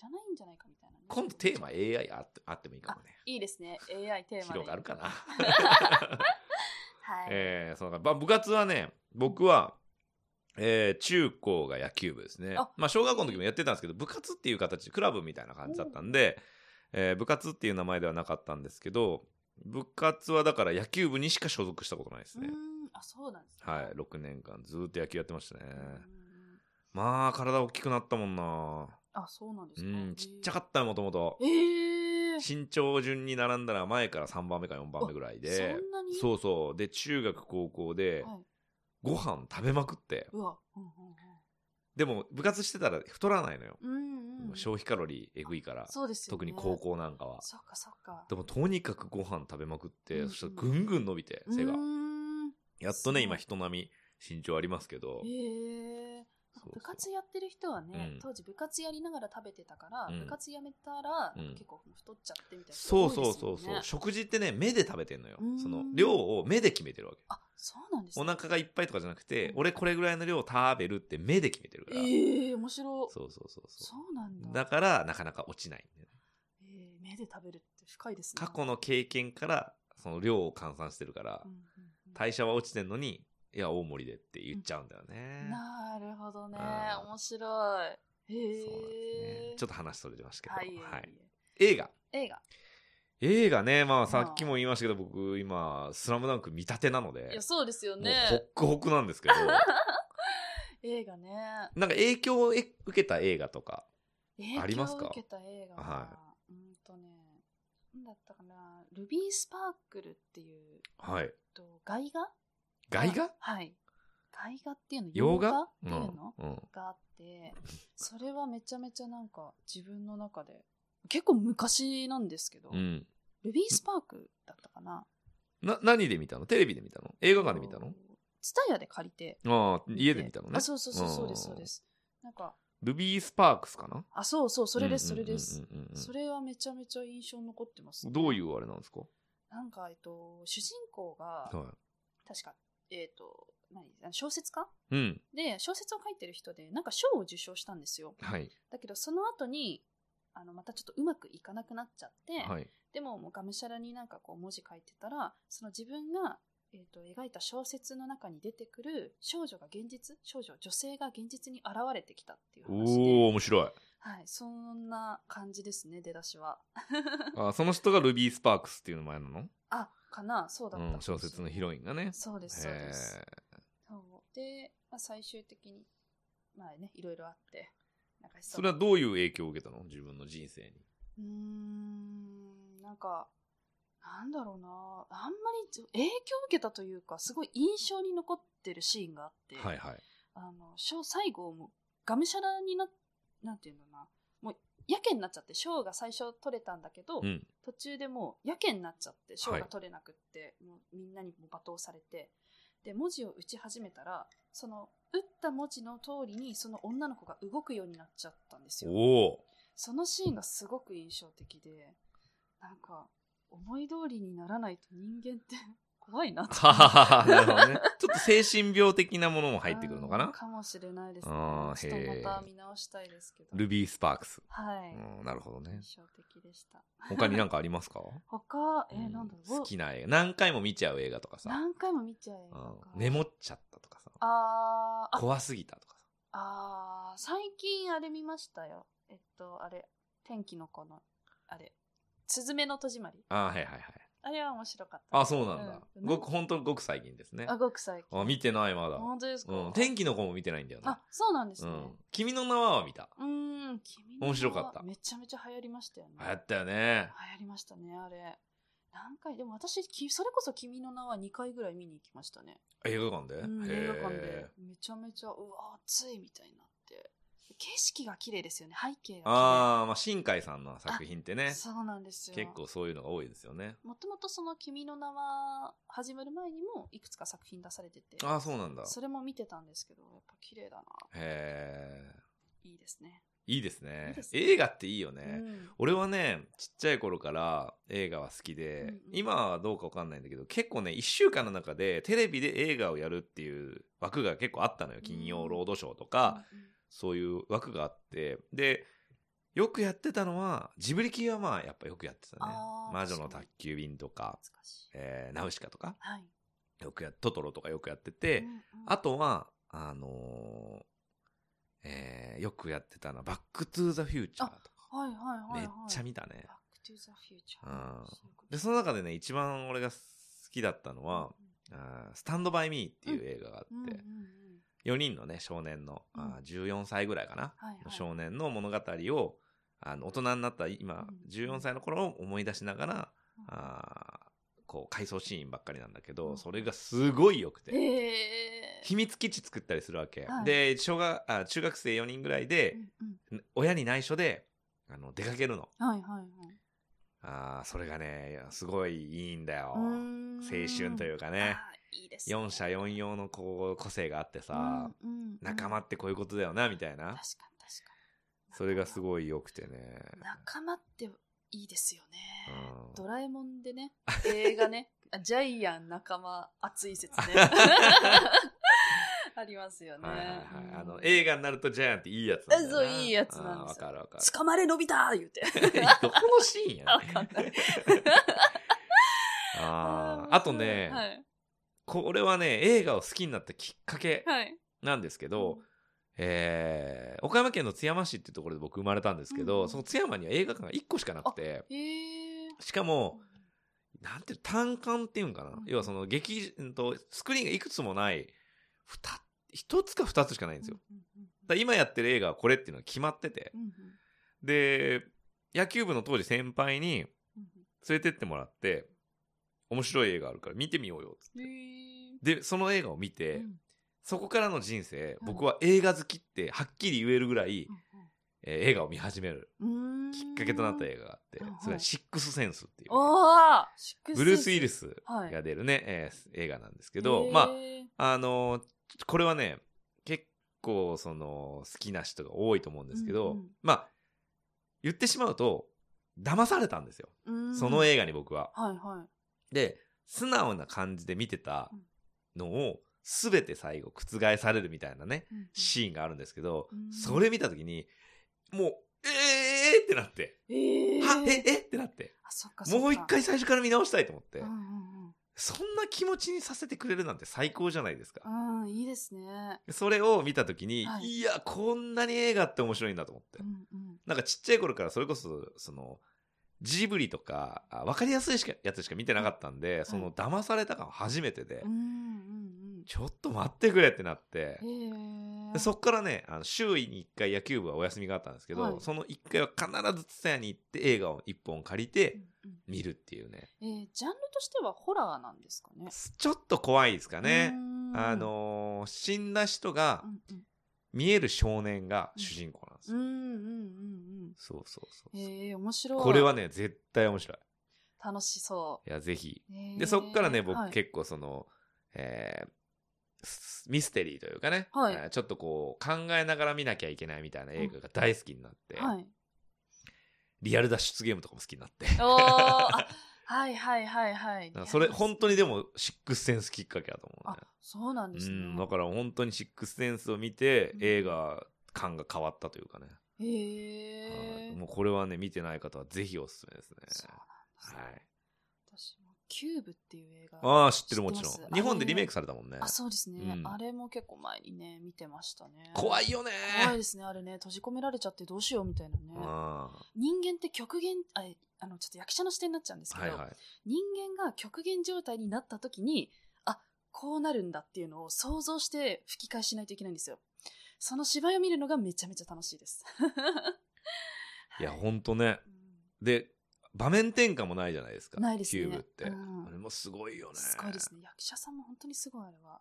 Speaker 2: らないんじゃないかみたいなね、
Speaker 1: 今度テーマ AI あってあってもいいかもね
Speaker 2: いいですね。AI テーマで。
Speaker 1: 広がるかな
Speaker 2: はい。
Speaker 1: えーそうかまあ部活はね僕は、えー中高が野球部ですね
Speaker 2: あ
Speaker 1: まあ、小学校の時もやってたんですけど部活っていう形クラブみたいな感じだったんで、えー部活っていう名前ではなかったんですけど部活はだから野球部にしか所属したことないですね
Speaker 2: うー、ん、あ、そうなんですね。
Speaker 1: はい6年間ずーっと野球やってましたね、
Speaker 2: うんうんうん
Speaker 1: まあ体大きくなったもんな
Speaker 2: あ、そうなんで
Speaker 1: う
Speaker 2: すか。
Speaker 1: んちっちゃかったもともと
Speaker 2: えー、えー。
Speaker 1: 身長順に並んだら前から3番目か4番目ぐらいで
Speaker 2: そんなに
Speaker 1: そうそうで中学高校で
Speaker 2: はい。
Speaker 1: ご飯食べまくって
Speaker 2: うわ。うん
Speaker 1: でも部活してたら太らないのよ、
Speaker 2: うんうん。うんうん。
Speaker 1: 消費カロリーえぐいから、
Speaker 2: そうですよ、ね。
Speaker 1: 特に高。校なんかは
Speaker 2: そっかそっか。
Speaker 1: でもとにかくご飯食べまくって、
Speaker 2: うんうん
Speaker 1: そしたらぐんぐん伸びて背が
Speaker 2: うーん
Speaker 1: やっとね
Speaker 2: すごい
Speaker 1: 今人並み身長ありますけど
Speaker 2: えー。
Speaker 1: そうそう
Speaker 2: 部活やってる人はね、
Speaker 1: うん
Speaker 2: 当時部活やりながら食べてたから、
Speaker 1: うん
Speaker 2: 部活やめたら、
Speaker 1: うん
Speaker 2: 結構太っちゃってみたいな人
Speaker 1: そ
Speaker 2: 多
Speaker 1: う
Speaker 2: いですもん
Speaker 1: そうそう
Speaker 2: ね、
Speaker 1: そう食事ってね目で食べてんのよ
Speaker 2: うん
Speaker 1: その量を目で決めてるわけ
Speaker 2: あそうなんです
Speaker 1: お腹がいっぱいとかじゃなくて
Speaker 2: うん
Speaker 1: 俺これぐらいの量食べるって目で決めてるから、
Speaker 2: ええー、面白い
Speaker 1: そうそうそうそ
Speaker 2: そうなん
Speaker 1: う
Speaker 2: だ
Speaker 1: だからなかなか落ちないんだよね
Speaker 2: えー目で食べるって深いですね
Speaker 1: 過去の経験からその量を換算してるから、
Speaker 2: うんうんうん
Speaker 1: 代謝は落ちてんのに、いや、大盛りでって言っちゃうんだよね。
Speaker 2: なるほどね
Speaker 1: うん
Speaker 2: 面白いへ
Speaker 1: そうなんです
Speaker 2: え
Speaker 1: ね。ちょっと話それてましたけど、
Speaker 2: はいえいえいえ、
Speaker 1: 映画。
Speaker 2: 映画
Speaker 1: 映画ね、まあさっきも言いましたけど、僕今、スラムダンク見たてなので、
Speaker 2: いやそうですよ
Speaker 1: もう
Speaker 2: ね
Speaker 1: ホックホクなん ですけど、
Speaker 2: 映画ね
Speaker 1: なんか影響をえ受けた映画とか、ありますか
Speaker 2: 影響を受けた映画
Speaker 1: は
Speaker 2: うーんとねなんだったかなルビースパークルっていう
Speaker 1: はい。
Speaker 2: と外画
Speaker 1: 外画
Speaker 2: はい外画っていうの
Speaker 1: 洋画
Speaker 2: っていうの、
Speaker 1: うん。うん
Speaker 2: があってそれはめちゃめちゃなんか自分の中で結構昔なんですけど、
Speaker 1: うん。
Speaker 2: ルビースパークだったかな
Speaker 1: な、何で見たのテレビで見たの映画館で見たの
Speaker 2: ツタヤで借りて
Speaker 1: ああ、家で見たのね
Speaker 2: あ。そうそうそうそうです
Speaker 1: うん
Speaker 2: そうですなんか
Speaker 1: ルビースパークスかな
Speaker 2: あそうそうそれですそれです、
Speaker 1: うんうんうんうんうん
Speaker 2: それはめちゃめちゃ印象に残ってます、
Speaker 1: どういうあれなんですか
Speaker 2: なんかえっと主人公が
Speaker 1: は
Speaker 2: 確かえっと何あの小説家
Speaker 1: い。うん。
Speaker 2: で小説を書いてる人でなんか賞を受賞したんですよ
Speaker 1: はい。
Speaker 2: だけどその後にあのまたちょっとうまくいかなくなっちゃって、
Speaker 1: はい。
Speaker 2: でももうがむしゃらになんかこう文字書いてたらその自分が、えー、と描いた小説の中に出てくる少女が現実少女女性が現実に現れてきたっていう話
Speaker 1: おお
Speaker 2: で、
Speaker 1: 面白い
Speaker 2: はい、そんな感じですね出だしは
Speaker 1: あその人がルビー・スパークスっていう名前なの、
Speaker 2: あかなそうだった、
Speaker 1: うん、小説のヒロインがね
Speaker 2: そうですそうですそうで、まあ、最終的にまあねいろいろあってなんかし
Speaker 1: それはどういう影響を受けたの自分の人生に。
Speaker 2: うーんなんか、なんだろうな、あんまりちょ影響を受けたというか、すごい印象に残ってるシーンがあって、
Speaker 1: はいはい。
Speaker 2: あのショー最後、もうがむしゃらにな、なんていうのかな、もうやけになっちゃって、ショーが最初取れたんだけど、
Speaker 1: うん。
Speaker 2: 途中でもうやけになっちゃって、ショー
Speaker 1: は
Speaker 2: が
Speaker 1: い
Speaker 2: 取れなくって、もうみんなにも罵倒されて、で、文字を打ち始めたら、その、打った文字の通りに、その女の子が動くようになっちゃったんですよ。
Speaker 1: おお。
Speaker 2: そのシーンがすごく印象的で、なんか、思い通りにならないと人間って 怖いなって
Speaker 1: ははははなるほど ね。ちょっと精神病的なものも入ってくるのか
Speaker 2: うん
Speaker 1: な。
Speaker 2: かもしれないですね。ち
Speaker 1: あー
Speaker 2: ょっと
Speaker 1: へー
Speaker 2: また見直したいですけど。
Speaker 1: ルビー・スパークス。
Speaker 2: はい、
Speaker 1: うん、なるほどね。
Speaker 2: 印象的でした。
Speaker 1: 他になんかありますか
Speaker 2: 他、 え
Speaker 1: う
Speaker 2: ー、
Speaker 1: ん
Speaker 2: なんだろう。
Speaker 1: 好きな映画。何回も見ちゃう映画とかさ。
Speaker 2: 何回も見ちゃえば
Speaker 1: う
Speaker 2: か
Speaker 1: んメモっちゃったとかさ。
Speaker 2: あーあ、
Speaker 1: 怖すぎたとかさ。
Speaker 2: あー最近あれ見ましたよ。えっと、あれ、天気の子の、あれ、すずめの戸締まり。
Speaker 1: あーはいはいはい。
Speaker 2: あれは面白かった。
Speaker 1: あ、そうなんだ。
Speaker 2: うん
Speaker 1: ごく、本当ごく最近ですね。
Speaker 2: あ、ごく最近。
Speaker 1: あ、見てないまだ。
Speaker 2: 本当ですか、
Speaker 1: うん。天気の子も見てないんだよ
Speaker 2: あ
Speaker 1: な。、
Speaker 2: そうなんです
Speaker 1: う
Speaker 2: ね。
Speaker 1: ん。君の名は見た。
Speaker 2: うーん、君の名は
Speaker 1: 面白かった
Speaker 2: めちゃめちゃ流行りましたよね。
Speaker 1: 流行ったよね。
Speaker 2: 流行りましたね、あれ。何回、でも私、きそれこそ君の名は2回ぐらい見に行きましたね。
Speaker 1: 映画館で
Speaker 2: うん、
Speaker 1: へ
Speaker 2: 映
Speaker 1: ー
Speaker 2: 画館で。めちゃめちゃ、うわ、暑いみたいになって。景色が綺麗ですよね、背景が
Speaker 1: ああ、まあ、新海さんの作品って
Speaker 2: 綺麗。
Speaker 1: ね、
Speaker 2: そうなんですよ。
Speaker 1: 結構そういうのが多いですよね。
Speaker 2: もともとその「君の名は」始まる前にもいくつか作品出されてて
Speaker 1: ああ、そうなんだ。
Speaker 2: それも見てたんですけどやっぱ綺麗だな
Speaker 1: へえ。
Speaker 2: いいですね、
Speaker 1: いいですね
Speaker 2: いいですね
Speaker 1: 映画っていいよね。
Speaker 2: うん
Speaker 1: 俺はね、ちっちゃい頃から映画は好きで、
Speaker 2: うんうん
Speaker 1: 今はどうかわかんないんだけど、結構ね、1週間の中でテレビで映画をやるっていう枠が結構あったのよ。金曜ロードショーとか、
Speaker 2: うん
Speaker 1: そういう枠があって。で、よくやってたのは、ジブリ系はまあやっぱよくやってたね
Speaker 2: あ。ー
Speaker 1: 魔女の宅急便とか、
Speaker 2: 懐かしい
Speaker 1: えーナウシカとか、
Speaker 2: はい
Speaker 1: よくや、トトロとかよくやってて、
Speaker 2: うんうん
Speaker 1: あとは、あのーえーよくやってたのは、バックトゥーザフューチャーとか、
Speaker 2: はいはいはい、は
Speaker 1: め
Speaker 2: い、
Speaker 1: っちゃ見たね。
Speaker 2: バックトゥザフューチャ
Speaker 1: うん
Speaker 2: ー
Speaker 1: で、その中でね、一番俺が好きだったのは、あースタンドバイミーっていう映画があって、
Speaker 2: うんうんうん
Speaker 1: 4人のね、少年の、あー14歳ぐらいかな、
Speaker 2: はいはい
Speaker 1: の少年の物語を、あの、大人になった今
Speaker 2: うん、
Speaker 1: 14歳の頃を思い出しながら、
Speaker 2: うん
Speaker 1: あーこう、回想シーンばっかりなんだけど、
Speaker 2: うん
Speaker 1: それがすごい良くて、
Speaker 2: え
Speaker 1: 秘密基地作ったりするわけ。
Speaker 2: はい
Speaker 1: で、小学、あ中学生4人ぐらいで、
Speaker 2: うんうん
Speaker 1: 親に内緒で、あの、出かけるの。
Speaker 2: はいはいはい
Speaker 1: あーそれがね、すごいいいんだよ。
Speaker 2: う
Speaker 1: 青
Speaker 2: ーん
Speaker 1: 春というかね。
Speaker 2: あーいいですね
Speaker 1: 4者4様のこう個性があってさ、
Speaker 2: うんうんうん
Speaker 1: 仲間ってこういうことだよな、みたいな。
Speaker 2: 確かに確かに
Speaker 1: それがす
Speaker 2: い
Speaker 1: ごい良くてね。
Speaker 2: 仲間っていいですよね
Speaker 1: うん。
Speaker 2: ドラえもんでね、映画ね、あジャイアン仲間熱い説 ね。ありますよね。
Speaker 1: はいはいはい。あの、
Speaker 2: 映
Speaker 1: 映画になるとジャイアンっていいやつなんだよな。
Speaker 2: そういいやつなんですよ
Speaker 1: あーわかるわかる。
Speaker 2: 画捕まれのび太言うて。
Speaker 1: どこのシーンや
Speaker 2: わかんない。
Speaker 1: あ ーあとね、
Speaker 2: はい。
Speaker 1: これはね、映画を好きになったきっかけ
Speaker 2: はい。
Speaker 1: なんですけど、
Speaker 2: うん
Speaker 1: えー岡山県の津山市っていうところで僕生まれたんですけど、
Speaker 2: うん
Speaker 1: その津山には映画館が1個しかなくて、
Speaker 2: へえ。
Speaker 1: しかも、なんていう、単館っていうんかな。
Speaker 2: うん
Speaker 1: 要はその劇、うんと、スクリーンがいくつもない、二つ、一つか二つしかないんですよ。
Speaker 2: うんうんうん
Speaker 1: だから今やってる映画はこれっていうのが決まってて
Speaker 2: う。んうん
Speaker 1: で、野球部の当時先輩に
Speaker 2: うん
Speaker 1: 連れてってもらって、面白い映画あるから見てみようよっつっ
Speaker 2: うんへ
Speaker 1: て。で、その映画を見
Speaker 2: え。
Speaker 1: て、
Speaker 2: うん
Speaker 1: そこからの人生、
Speaker 2: うん
Speaker 1: 僕は映画好きってはっきり言えるぐらい、えー映画を見始める
Speaker 2: うんうん
Speaker 1: きっかけとなった映画があって、
Speaker 2: うん
Speaker 1: それはシックスセンスっていう、
Speaker 2: おーシック
Speaker 1: ブルース・ウィル
Speaker 2: ス
Speaker 1: ス
Speaker 2: はい
Speaker 1: が出るね、えー映画なんですけど、まあ、あのーこれはね、結構その好きな人が多いと思うんですけど、
Speaker 2: うんうん
Speaker 1: まあ、言ってしまうと、騙されたんですよ。その
Speaker 2: 映
Speaker 1: 映画に僕は。
Speaker 2: 画。はいはい。
Speaker 1: で、素直な感じで見てた
Speaker 2: うん
Speaker 1: のを、すべて最後覆されるみたいなね、
Speaker 2: うんうん
Speaker 1: シーンがあるんですけど、
Speaker 2: うん
Speaker 1: それ見た時にもうえーってなって、
Speaker 2: ええ
Speaker 1: はええってなって
Speaker 2: あ、そっか
Speaker 1: もう一、回最初から見直したいと思って、
Speaker 2: そっかうん
Speaker 1: そんな気持ちにさせてくれるなんて最高じゃないですか
Speaker 2: う、んうん、うん、いいですね。
Speaker 1: それを見た時に、
Speaker 2: はい
Speaker 1: い、やこんなに映画って面白いんだと思って、
Speaker 2: うんうん、
Speaker 1: なんかちっちゃい頃からそれこそそのジブリとかあ分かりやすいしかやつしか見てなかったんで、その騙された感は初めてで、
Speaker 2: うんうんうん、
Speaker 1: ちょっと待ってくれってなって
Speaker 2: へー
Speaker 1: でそっからねあの週に1回野球部はお休みがあったんですけど、
Speaker 2: はい
Speaker 1: その1回は必ず蔦屋に行って映画を1本借りて
Speaker 2: うんうん
Speaker 1: 見るっていうね
Speaker 2: えージャンルとしてはホラーなんですかね。
Speaker 1: ちょっと怖いですか
Speaker 2: う
Speaker 1: ね
Speaker 2: ーん
Speaker 1: あ、のー死んだ人が
Speaker 2: うんうん
Speaker 1: 見える少年が主人公なんです
Speaker 2: う
Speaker 1: よ、
Speaker 2: んうん
Speaker 1: そうそうそう
Speaker 2: うんうん。
Speaker 1: そう
Speaker 2: えー、面白い。
Speaker 1: これはね絶対面白い
Speaker 2: 楽しそ
Speaker 1: いやぜひ
Speaker 2: う。えー
Speaker 1: でそっからね僕、
Speaker 2: はい
Speaker 1: 結構その、えースミステリーというかね、
Speaker 2: はい
Speaker 1: えーちょっとこう考えながら見なきゃいけないみたいな映画が大好きになって、
Speaker 2: はい。
Speaker 1: リアル脱出ゲームとかも好きにな って
Speaker 2: おーあはいはいはいはい
Speaker 1: だから。それ本当にでもシックスセンスきっかけだと思う
Speaker 2: あ
Speaker 1: ね
Speaker 2: そうなんです
Speaker 1: う
Speaker 2: ね。
Speaker 1: んだから本当にシックスセンスを見て、
Speaker 2: うん
Speaker 1: 映画感が変わったというかね、
Speaker 2: へ
Speaker 1: はい
Speaker 2: え。
Speaker 1: もうこれはね見てない方はぜひおすすめですね
Speaker 2: そうなんですね。
Speaker 1: はい
Speaker 2: 私もキューブっていう映画。
Speaker 1: ああ知ってるもちろ
Speaker 2: 知ってま
Speaker 1: ん
Speaker 2: す
Speaker 1: 日本でリメイクされたもんね
Speaker 2: あそうですね、
Speaker 1: うん
Speaker 2: あれも結構前にね見てましたね
Speaker 1: 怖いよね
Speaker 2: 怖いですねあれね閉じ込められちゃってどうしようみたいなね
Speaker 1: あ
Speaker 2: 人間って極限あえあのちょっと役者の視点になっちゃうんです
Speaker 1: あは
Speaker 2: けど、
Speaker 1: いはい
Speaker 2: 人間が極限状態になった時にあこうなるんだっていうのを想像して吹き返しないといけないんですよその芝居を見るのがめちゃめちゃ楽しいです、
Speaker 1: いや
Speaker 2: はい
Speaker 1: ほんとね
Speaker 2: うん
Speaker 1: で場面転換もないじゃないですか
Speaker 2: ないですね
Speaker 1: キューブって、
Speaker 2: うん
Speaker 1: あれもすごいよね
Speaker 2: すごいですね役者さんも本当にすごいあれは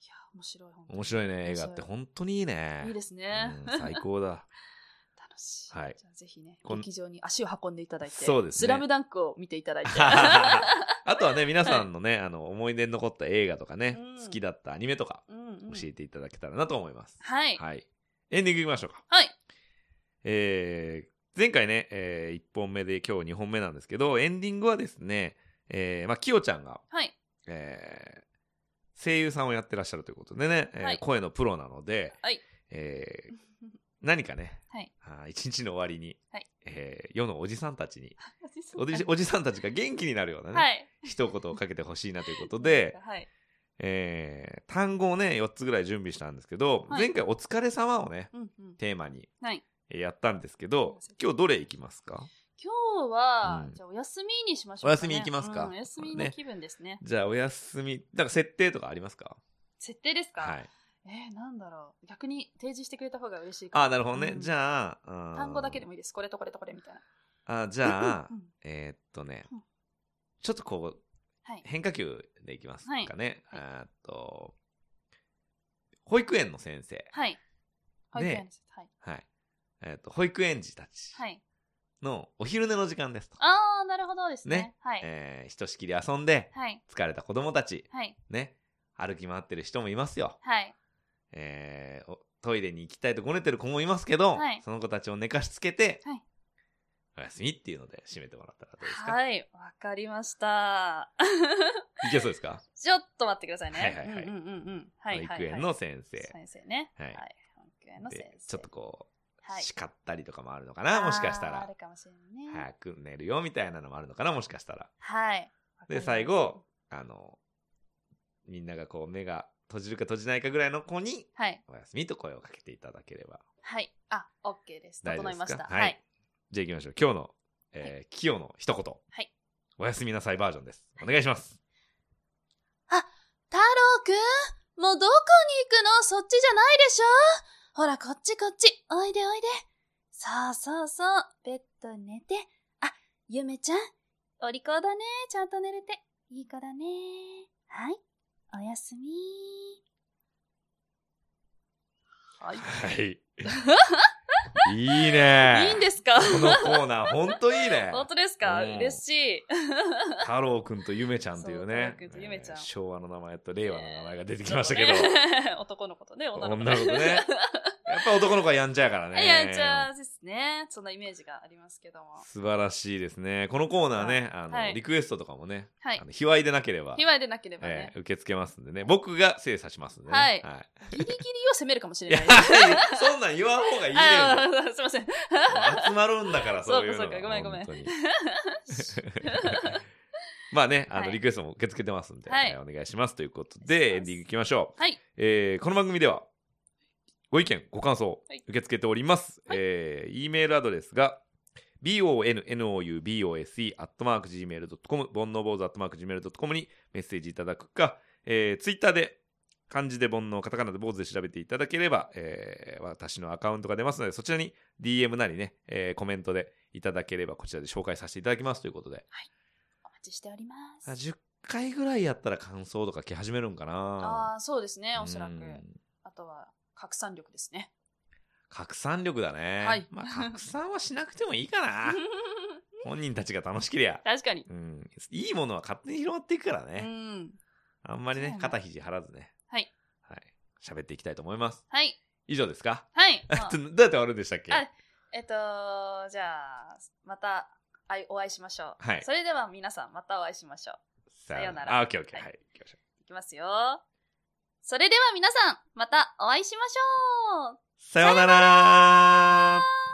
Speaker 2: いや面白い本当に
Speaker 1: 面白いね映画って本当にいいね
Speaker 2: いいですね、
Speaker 1: うん最高 だ
Speaker 2: 楽しい。
Speaker 1: はい
Speaker 2: じゃあぜひね、
Speaker 1: こん
Speaker 2: 劇場に足を運んでいただいて、
Speaker 1: そうですね
Speaker 2: スラムダンクを見てい ただいて。
Speaker 1: あとはね皆さんのね、あの思い出に残った映画とかね、
Speaker 2: うん
Speaker 1: 好きだったアニメとか
Speaker 2: うんうん
Speaker 1: 教えていただけたらなと思います、
Speaker 2: はい。
Speaker 1: はいエンディングいきましょうか
Speaker 2: はい。
Speaker 1: えー前回ね、え1本目で今日2本目なんですけどエンディングはですねえーまあきよちゃんが
Speaker 2: はい。
Speaker 1: えー声優さんをやってらっしゃるということでね、えー
Speaker 2: はい
Speaker 1: 声のプロなので、
Speaker 2: はい
Speaker 1: えー何かね、
Speaker 2: はい
Speaker 1: あー一日の終わりに、
Speaker 2: はい
Speaker 1: えー世のおじさんたちに お
Speaker 2: おじ
Speaker 1: じ
Speaker 2: さん
Speaker 1: おじさんたちが元気になるようなね、
Speaker 2: はい。
Speaker 1: 一言をかけてほしいなということで、
Speaker 2: はい。
Speaker 1: えー単語をね4つぐらい準備したんですけど、
Speaker 2: はい
Speaker 1: 前回「お疲れ様をね
Speaker 2: うんうん
Speaker 1: テーマに
Speaker 2: はい
Speaker 1: えーやったんですけど今日どれいきますか
Speaker 2: 今日は、
Speaker 1: うん
Speaker 2: じゃあお休みにしましょ
Speaker 1: お
Speaker 2: うか、ね。
Speaker 1: 休み行きますか
Speaker 2: うんお休みの気分ですね。
Speaker 1: じゃあお休みなんか設定とかありますか
Speaker 2: 設定ですか、
Speaker 1: はい
Speaker 2: えー、なんだろう。逆に提示してくれた方が嬉しいかも
Speaker 1: あーなるほどね、
Speaker 2: うん
Speaker 1: じゃあうん
Speaker 2: 単語だけでもいいです。これとこれとこれみたいな。
Speaker 1: あじ ゃあ
Speaker 2: うんうんうん
Speaker 1: えーっとね、
Speaker 2: うん
Speaker 1: ちょっとこう
Speaker 2: はい。
Speaker 1: 変化球でいきますかね、
Speaker 2: はい
Speaker 1: えーっと保育園の先生、
Speaker 2: はい。はい。はい。
Speaker 1: はいえーっと保育園児たち
Speaker 2: はい。
Speaker 1: のお昼寝の時間ですと、
Speaker 2: ああ、なるほどですね。
Speaker 1: ね
Speaker 2: はい。
Speaker 1: えーひとしきり遊んで
Speaker 2: はい。
Speaker 1: 疲れた子供たち
Speaker 2: はい。
Speaker 1: ね歩き回ってる人もいますよ、
Speaker 2: はい。
Speaker 1: えーおトイレに行きたいとごねてる子もいますけど、
Speaker 2: はい
Speaker 1: その子たちを寝かしつけて、
Speaker 2: はい
Speaker 1: おやすみっていうので締めてもらったらどうですか、い、
Speaker 2: はい、わかりました。
Speaker 1: けそうですか、
Speaker 2: ちょっと待ってくださいね。
Speaker 1: はいはいはい
Speaker 2: うんうんうんうん。はいはい、はい。
Speaker 1: 保育園の先生、
Speaker 2: 先生ね。
Speaker 1: はい
Speaker 2: 保育園の先
Speaker 1: で
Speaker 2: 生。
Speaker 1: ちょっとこう、
Speaker 2: はい
Speaker 1: 叱ったりとかもあるのかなもしかした
Speaker 2: あーあ
Speaker 1: ら
Speaker 2: るかもしれないね。
Speaker 1: 早く寝るよみたいなのもあるのかなもしかしたら
Speaker 2: はい。
Speaker 1: で最後。あのみんながこう目が閉じるか閉じないかぐらいの子に
Speaker 2: はい。
Speaker 1: おやすみと声をかけていただければ
Speaker 2: はい。あ、OK です。
Speaker 1: 大丈夫
Speaker 2: 整
Speaker 1: で
Speaker 2: い
Speaker 1: すか
Speaker 2: ました。
Speaker 1: はい、
Speaker 2: はい。
Speaker 1: じゃあ行きましょう今日の、えー、キヨの一言、
Speaker 2: はい
Speaker 1: おやすみなさいバージョンですお願いします
Speaker 2: 太郎くんもうどこに行くのそっちじゃないでしょほら、こっちこっち。おいでおいで。そうそうそう。ベッドに寝て。あ、ゆめちゃん。お利口だね。ちゃんと寝れて。いい子だね。はい。おやすみ。はい。
Speaker 1: はい。いいね。
Speaker 2: いいんですか
Speaker 1: このコーナー、ほんといいね。
Speaker 2: 本当ですか
Speaker 1: うん
Speaker 2: 嬉しい。
Speaker 1: 太郎くんとゆめちゃんというね。
Speaker 2: そう太郎くんとゆめちゃん
Speaker 1: えー昭和の名前と令和の名前が出てきましたけど。
Speaker 2: ちょっとね男の子とね、女の 子
Speaker 1: 女の子ね。やっぱ男の子はやんちゃやからね。
Speaker 2: いや、じゃあですね。そんなイメージがありますけども。
Speaker 1: 素晴らしいですね。このコーナーね、あの、
Speaker 2: はい
Speaker 1: リクエストとかもね、
Speaker 2: はい
Speaker 1: あ。の卑猥でなければ、
Speaker 2: 卑猥でなければ
Speaker 1: え
Speaker 2: ね
Speaker 1: ー、受け付けますんでね。僕が精査しますんでね。
Speaker 2: はい
Speaker 1: は
Speaker 2: ギリギリを攻めるかもし
Speaker 1: い、
Speaker 2: れ
Speaker 1: いや
Speaker 2: ないです。、
Speaker 1: そんなん言わん方がいいねん
Speaker 2: あーすいません。
Speaker 1: 集まるんだから、そういうの
Speaker 2: そうかそうかごめんごめん
Speaker 1: 本当にまあね、あの、
Speaker 2: はい
Speaker 1: リクエストも受け付けてますんで、
Speaker 2: はい
Speaker 1: えーお願いしますということ
Speaker 2: お願いし
Speaker 1: で、
Speaker 2: ます
Speaker 1: エンディングいきましょう。
Speaker 2: はい。
Speaker 1: えーこの番組では、ご意見、ご感想
Speaker 2: はい、
Speaker 1: 受け付けております。
Speaker 2: はい
Speaker 1: えー、E メールアドレスが、bonoubose.gmail.com、煩悩坊主 .gmail.com にメッセージいただくか、えー、ツイッターで、漢字で煩悩、カタカナで坊主で調べていただければ、えー私のアカウントが出ますので、そちらに DM なりね、えーコメントでいただければ、こちらで紹介させていただきますということで。
Speaker 2: お待ちしております。
Speaker 1: あ10回ぐらいやったら感想とか来始めるんか
Speaker 2: あ
Speaker 1: な
Speaker 2: あ、そうですね、おそらく
Speaker 1: う。ん
Speaker 2: あとは、拡散力ですね。
Speaker 1: 拡散力だね。
Speaker 2: はい
Speaker 1: まあ、拡散はしなくてもいいかな。本人たちが楽しけりゃ。
Speaker 2: 確かに。
Speaker 1: うん。いいものは勝手に広まっていくから
Speaker 2: う
Speaker 1: ね。
Speaker 2: ん。
Speaker 1: あんまり
Speaker 2: そう
Speaker 1: ね
Speaker 2: ね、
Speaker 1: 肩肘張らずね。
Speaker 2: はい。
Speaker 1: はい。喋っていきたいと思います。
Speaker 2: はい。
Speaker 1: 以上ですか
Speaker 2: はい。まあ
Speaker 1: どうやって終わるんでしたっけ
Speaker 2: あえっと、じゃあ、またあいお会いしましょう。
Speaker 1: はい
Speaker 2: それでは皆さん、またお会いしましょう。
Speaker 1: さ
Speaker 2: さようなら
Speaker 1: あ、オッケーオッケー。
Speaker 2: は
Speaker 1: はいい。行きましょう
Speaker 2: いきますよ。それでは皆さん、またお会いしましょう
Speaker 1: さようなら